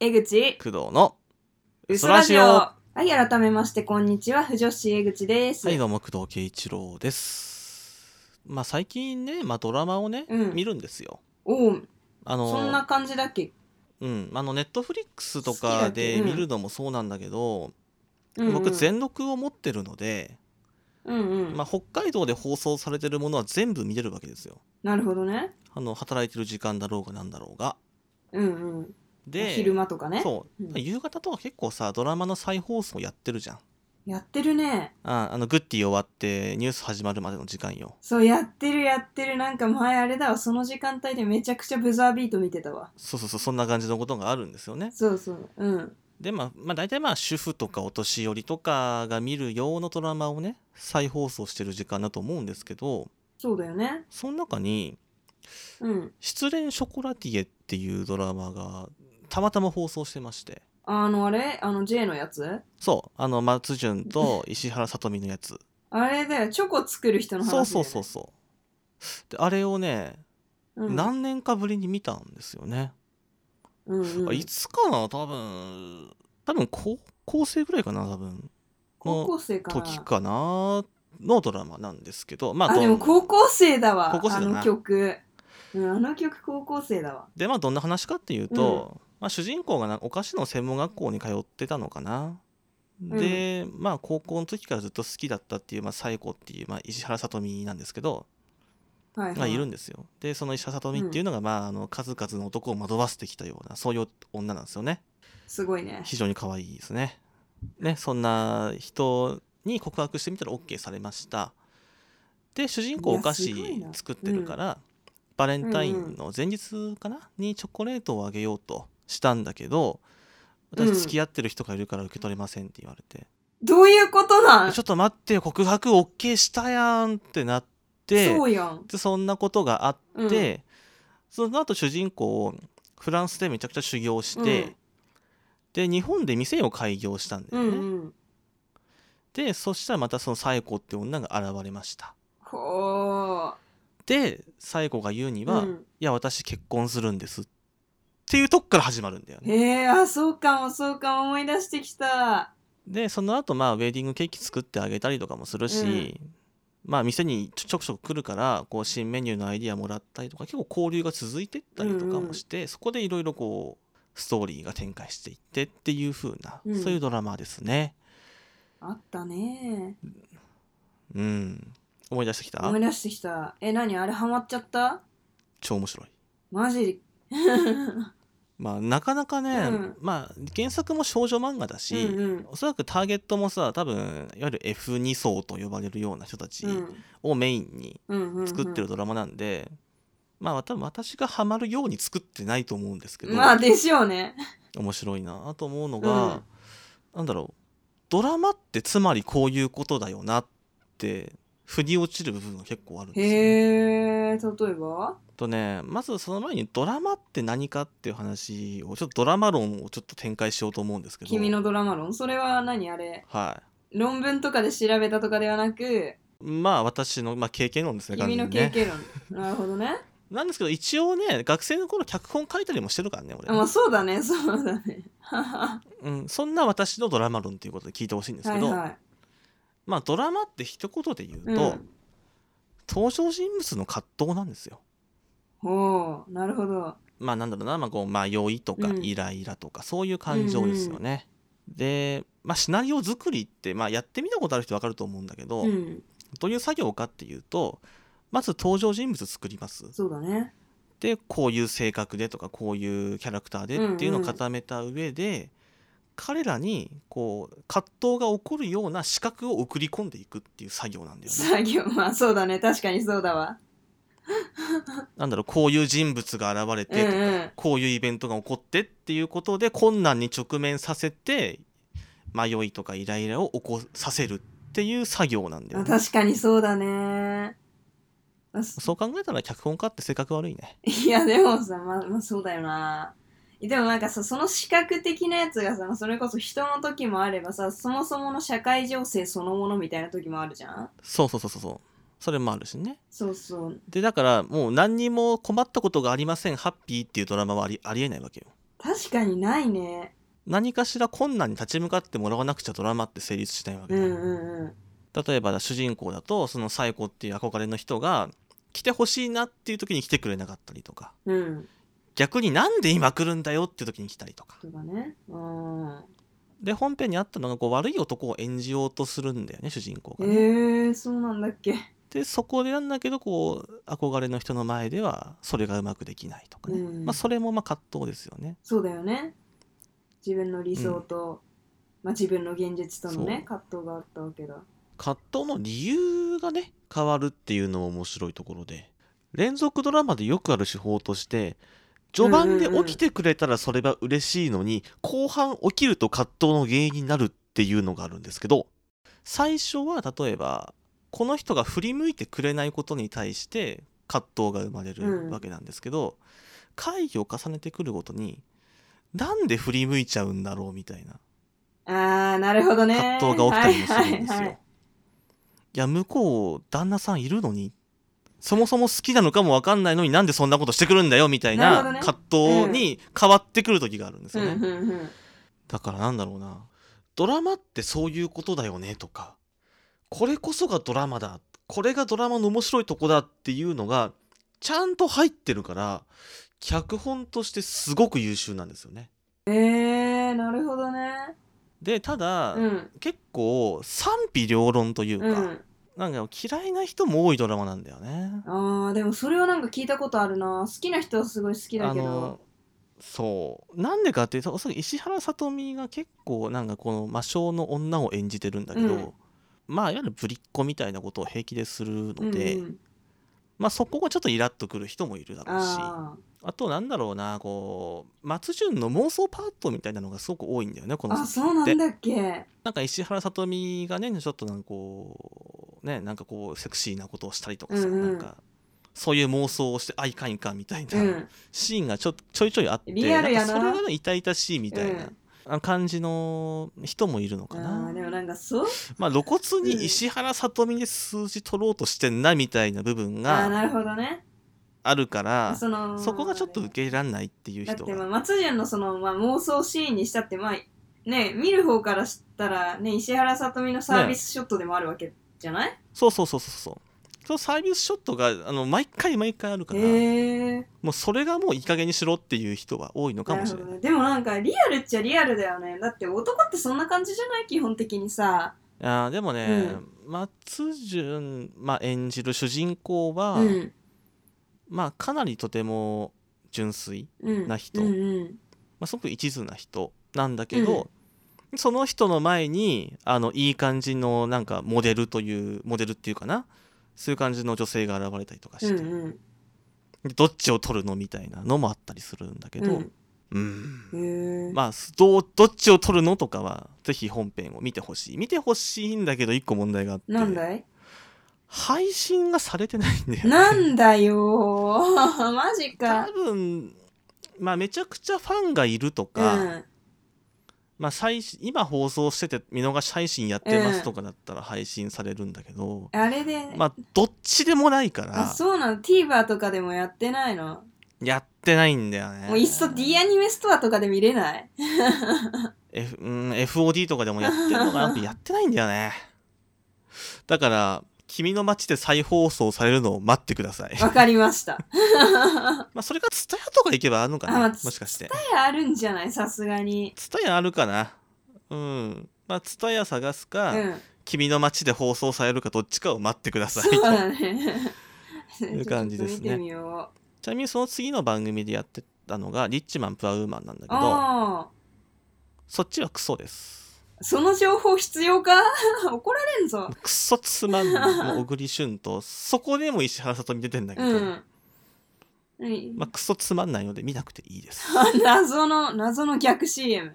江口工藤のうそらジオはい改めましてこんにちは不女子江口です、はいどうも工藤圭一郎ですまあ最近ね、まあ、ドラマをね、うん見るんですよおうあのそんな感じだっけ、うんあのネットフリックスと好きだかけでどうん見るのもそうなんだけど、うんうん、僕全録を持ってるので、うんうん、まあ、北海道で放送されてるものは全部見れるわけですよなるほどねあの働いてる時間だろうがなんだろうがうんうんで昼間とかねそう、うん夕方とか結構さドラマの再放送やってるじゃんやってるねああのグッティ終わってニュース始まるまでの時間よそうやってるやってるなんか前あれだわその時間帯でめちゃくちゃブザービート見てたわそうそうそうそんな感じのことがあるんですよねそうそううんでまあ、まあ、大体まあ主婦とかお年寄りとかが見る用のドラマをね再放送してる時間だと思うんですけどそうだよねその中にうん「失恋ショコラティエ」っていうドラマがたまたま放送してましてあのあれあの J のやつそうあの松 潤と石原さとみのやつあれだよチョコ作る人の話だそよねうそうそうそうであれをね、うん何年かぶりに見たんですよね、うんうあんいつかな多分多分高校生ぐらいかな多分高校生かな時かなのドラマなんですけどまああでもどん高校生だわ高校生だなあの曲、うん、あの曲高校生だわでまあどんな話かっていうと、まあ、主人公がなお菓子の専門学校に通ってたのかな。で、まあ高校の時からずっと好きだったっていう、まあ、サイコっていう、まあ、石原さとみなんですけど、はい、はいがいるんですよ。でその石原さとみっていうのが、まあ、あの数々の男を惑わせてきたようなそういう女なんですよね。すごいね非常に可愛いですね。ねそんな人に告白してみたら OK されました。で主人公いやお菓すごい子な作ってるから、バレンタインの前日かな、にチョコレートをあげようとしたんだけどうん私付き合ってる人がいるから受け取れませんって言われて、どういうことなんちょっと待ってよ告白 OK したやんってなってそうやんでそんなことがあって、その後主人公をフランスでめちゃくちゃ修行して、うんで日本で店を開業したんだうよんね、うんでそしたらまたそのサエコって女が現れましたほでサエコが言うにう、は、ういん、や私結婚するんですっていうとこから始まるんだよねへえあそうかもそうかも思い出してきたでその後まあウェディングケーキ作ってあげたりとかもするし、まあ店にちょくちょく来るからこう新メニューのアイディアもらったりとか結構交流が続いてったりとかもして、そこでいろいろこうストーリーが展開していってっていう風な、うんそういうドラマですねあったねうん思い出してきた思い出してきたえ何あれハマっちゃった超面白いマジまあなかなかね、うんまあ原作も少女漫画だし、うんうんおそらくターゲットもさ多分いわゆる F2 層と呼ばれるような人たちうんをメインにうんうん、作ってるドラマなんで、まあ多分私がハマるように作ってないと思うんですけど、まあでしょうね面白いなと思うのが、なんだろうドラマってつまりこういうことだよなって腑に落ちる部分が結構あるんですよね。へえ例えばとねまずその前にドラマって何かっていう話をちょっとドラマ論をちょっと展開しようと思うんですけど君のドラマ論それは何あれは論文とかで調べたとかではなくい、まあ私の、まあ、経験論ですね君の完全経にね験論、 なるほどねなんですけど一応ね学生の頃脚本書いたりもしてるからね俺あまあそうだね そうだねはうん、そんな私のドラマ論ということで聞いてほしいんですけいど、はまあドラマって一言で言い、う、うんと、登場人物の葛藤なんですよ。おーなるほどまあなんだろうな、まあ、こう迷いとかうんイライラとかそういう感情ですよね。で、まあ、シナリオ作りって、まあ、やってみたことある人分かると思うんだけど、うんどういう作業かっていうとまず登場人物作ります。そうだねでこういう性格でとかこういうキャラクターでっていうのを固めた上で、彼らにこう葛藤が起こるような資格を送り込んでいくっていう作業なんだよね。作業 まあそうだね確かにそうだわなんだろうこういう人物が現れうんて、うんこういうイベントが起こってっていうことで困難に直面させて迷いとかイライラを起こさせるっていう作業なんだよあね。確かにそうだねあそそう考えたら脚本家って性格悪いね。いやでもさまあ、まあ、そうだよなでもなんかさその視覚的なやつがさそれこそ人の時もあればさそもそもの社会情勢そのものみたいな時もあるじゃんそうそうそうそうそう。それもあるしね。そうそうでだからもう何にも困ったことがありませんハッピーっていうドラマはありありえないわけよ。確かにないね何かしら困難に立ち向かってもらわなくちゃドラマって成立しないわけうだ、んうんうん例えば主人公だとそのサイコっていう憧れの人が来てほしいなっていう時に来てくれなかったりとかうん逆になんで今来るんだよっていう時に来たりとかとかねうんで本編にあったのがこう悪い男を演じようとするんだよね主人公えがね、ー、そうなんだっけでそこでなんだけどこう憧れの人の前ではそれがうまくできないとかね、うんまあ、それもまあ葛藤ですよねそうだよね自分の理想と、まあ、自分の現実とのねそう葛藤があったわけだ葛藤の理由がね変わるっていうのも面白いところで連続ドラマでよくある手法として序盤で起きてくれたらそれは嬉しいのに、後半起きると葛藤の原因になるっていうのがあるんですけど最初は例えばこの人が振り向いてくれないことに対して葛藤が生まれうんるわけなんですけど、会議を重ねてくるごとになんで振り向いちゃうんだろうみたいなあーなるほどね葛藤が起きたりもするんですはよ。いいはいはいや向こう旦那さんいるのにそもそも好きなのかも分かんないのになんでそんなことしてくるんだよみたいなるほどねな葛藤に変わってくる時があるんですうよんね、うんうんだからなんだろうなドラマってそういうことだよねとかこれこそがドラマだこれがドラマの面白いとこだっていうのがちゃんと入ってるから脚本としてすごく優秀なんですよね。えー、なるほどねでただ、うん結構賛否両論というか、うんなんか嫌いな人も多いドラマなんだよね。あーでもそれはなんか聞いたことあるな好きな人はすごい好きだあけどのそうなんでかっていうとおそらく石原さとみが結構なんかこの魔性の女を演じてるんだけど、うんまあいわゆるぶりっ子みたいなことを平気でするうんうのんで、まあ、そこがちょっとイラッとくる人もいるだろうしああとなんだろうなこう松潤の妄想パートみたいなのがすごく多いんだよねこーのあ作そう品っなてん。だっけなんか石原さとみがねちょっとなんかこうねなんかこうセクシーなことをしたりとかさ、うんうんなんかそういう妄想をしてあいかんいかんみたいな、うんシーンがちょちょいちょいあってリアルやなんかそれがね痛々しいみたいうなん、あ感じの人もいるのあかなーでもなんかそうまあ露骨に石原さとみで数字取ろうとしてんなみたいな部分あーがなるほどねあるからそのそこがちょっと受け入れられないっていうだっ人てまあが松潤のその、まあ、妄想シーンにしたってまあね見る方からしたらね石原さとみのサービスショットでもあるわけじゃない、そうそうそうそうそうそのサービスショットがあの毎回毎回あるから、へえもうそれがもういい加減にしろっていう人は多いのかもしれない。ね、でもなんかリアルっちゃリアルだよねだって男ってそんな感じじゃない基本的にさあーでもね、松潤、まあ、演じる主人公は、うんまあ、かなりとても純粋、うんな人うんうんまあ、すごく一途な人なんだけど、その人の前にあのいい感じのなんかモデルというモデルっていうかなそういう感じの女性が現れたりとかうして、んうんでどっちを取るのみたいなのもあったりするんだけど、うんうんへえまあどうどっちを取るのとかはぜひ本編を見てほしい見てほしいんだけど一個問題があってなんだい配信がされてないんだよねなんだよー マジか多分まあめちゃくちゃファンがいるとうか、んまあ、最新今放送してて見逃し配信やってますとかだったら配信されるんだけど、あれで、まあどっちでもないかあらそうなの TVer とかでもやってないのやってないんだよねもういっそ D アニメストアとかで見れない F うん FOD とかでもやってるのか なやってないんだよねだから君の街で再放送されるのを待ってくださいわかりました。まあそれがツタヤとか行けばあるのかあまなあもしかしてあるんじゃないさすがに。ツタヤあるかなうんまあツタヤ探すうか、ん。君の街で放送されるかどっちかを待ってくださいそうだね。いう感じですちょねっと見てみよう。 ちなみにその次の番組でやってたのが「リッチマン・プアウーマン」なんだけどああ。そっちはクソですその情報必要か怒られんぞ。クソつまんないもう小栗旬とそこでも石原さとみ出てんだけど、うん。何 まあ、クソつまんないので見なくていいです謎の、謎の逆 CM。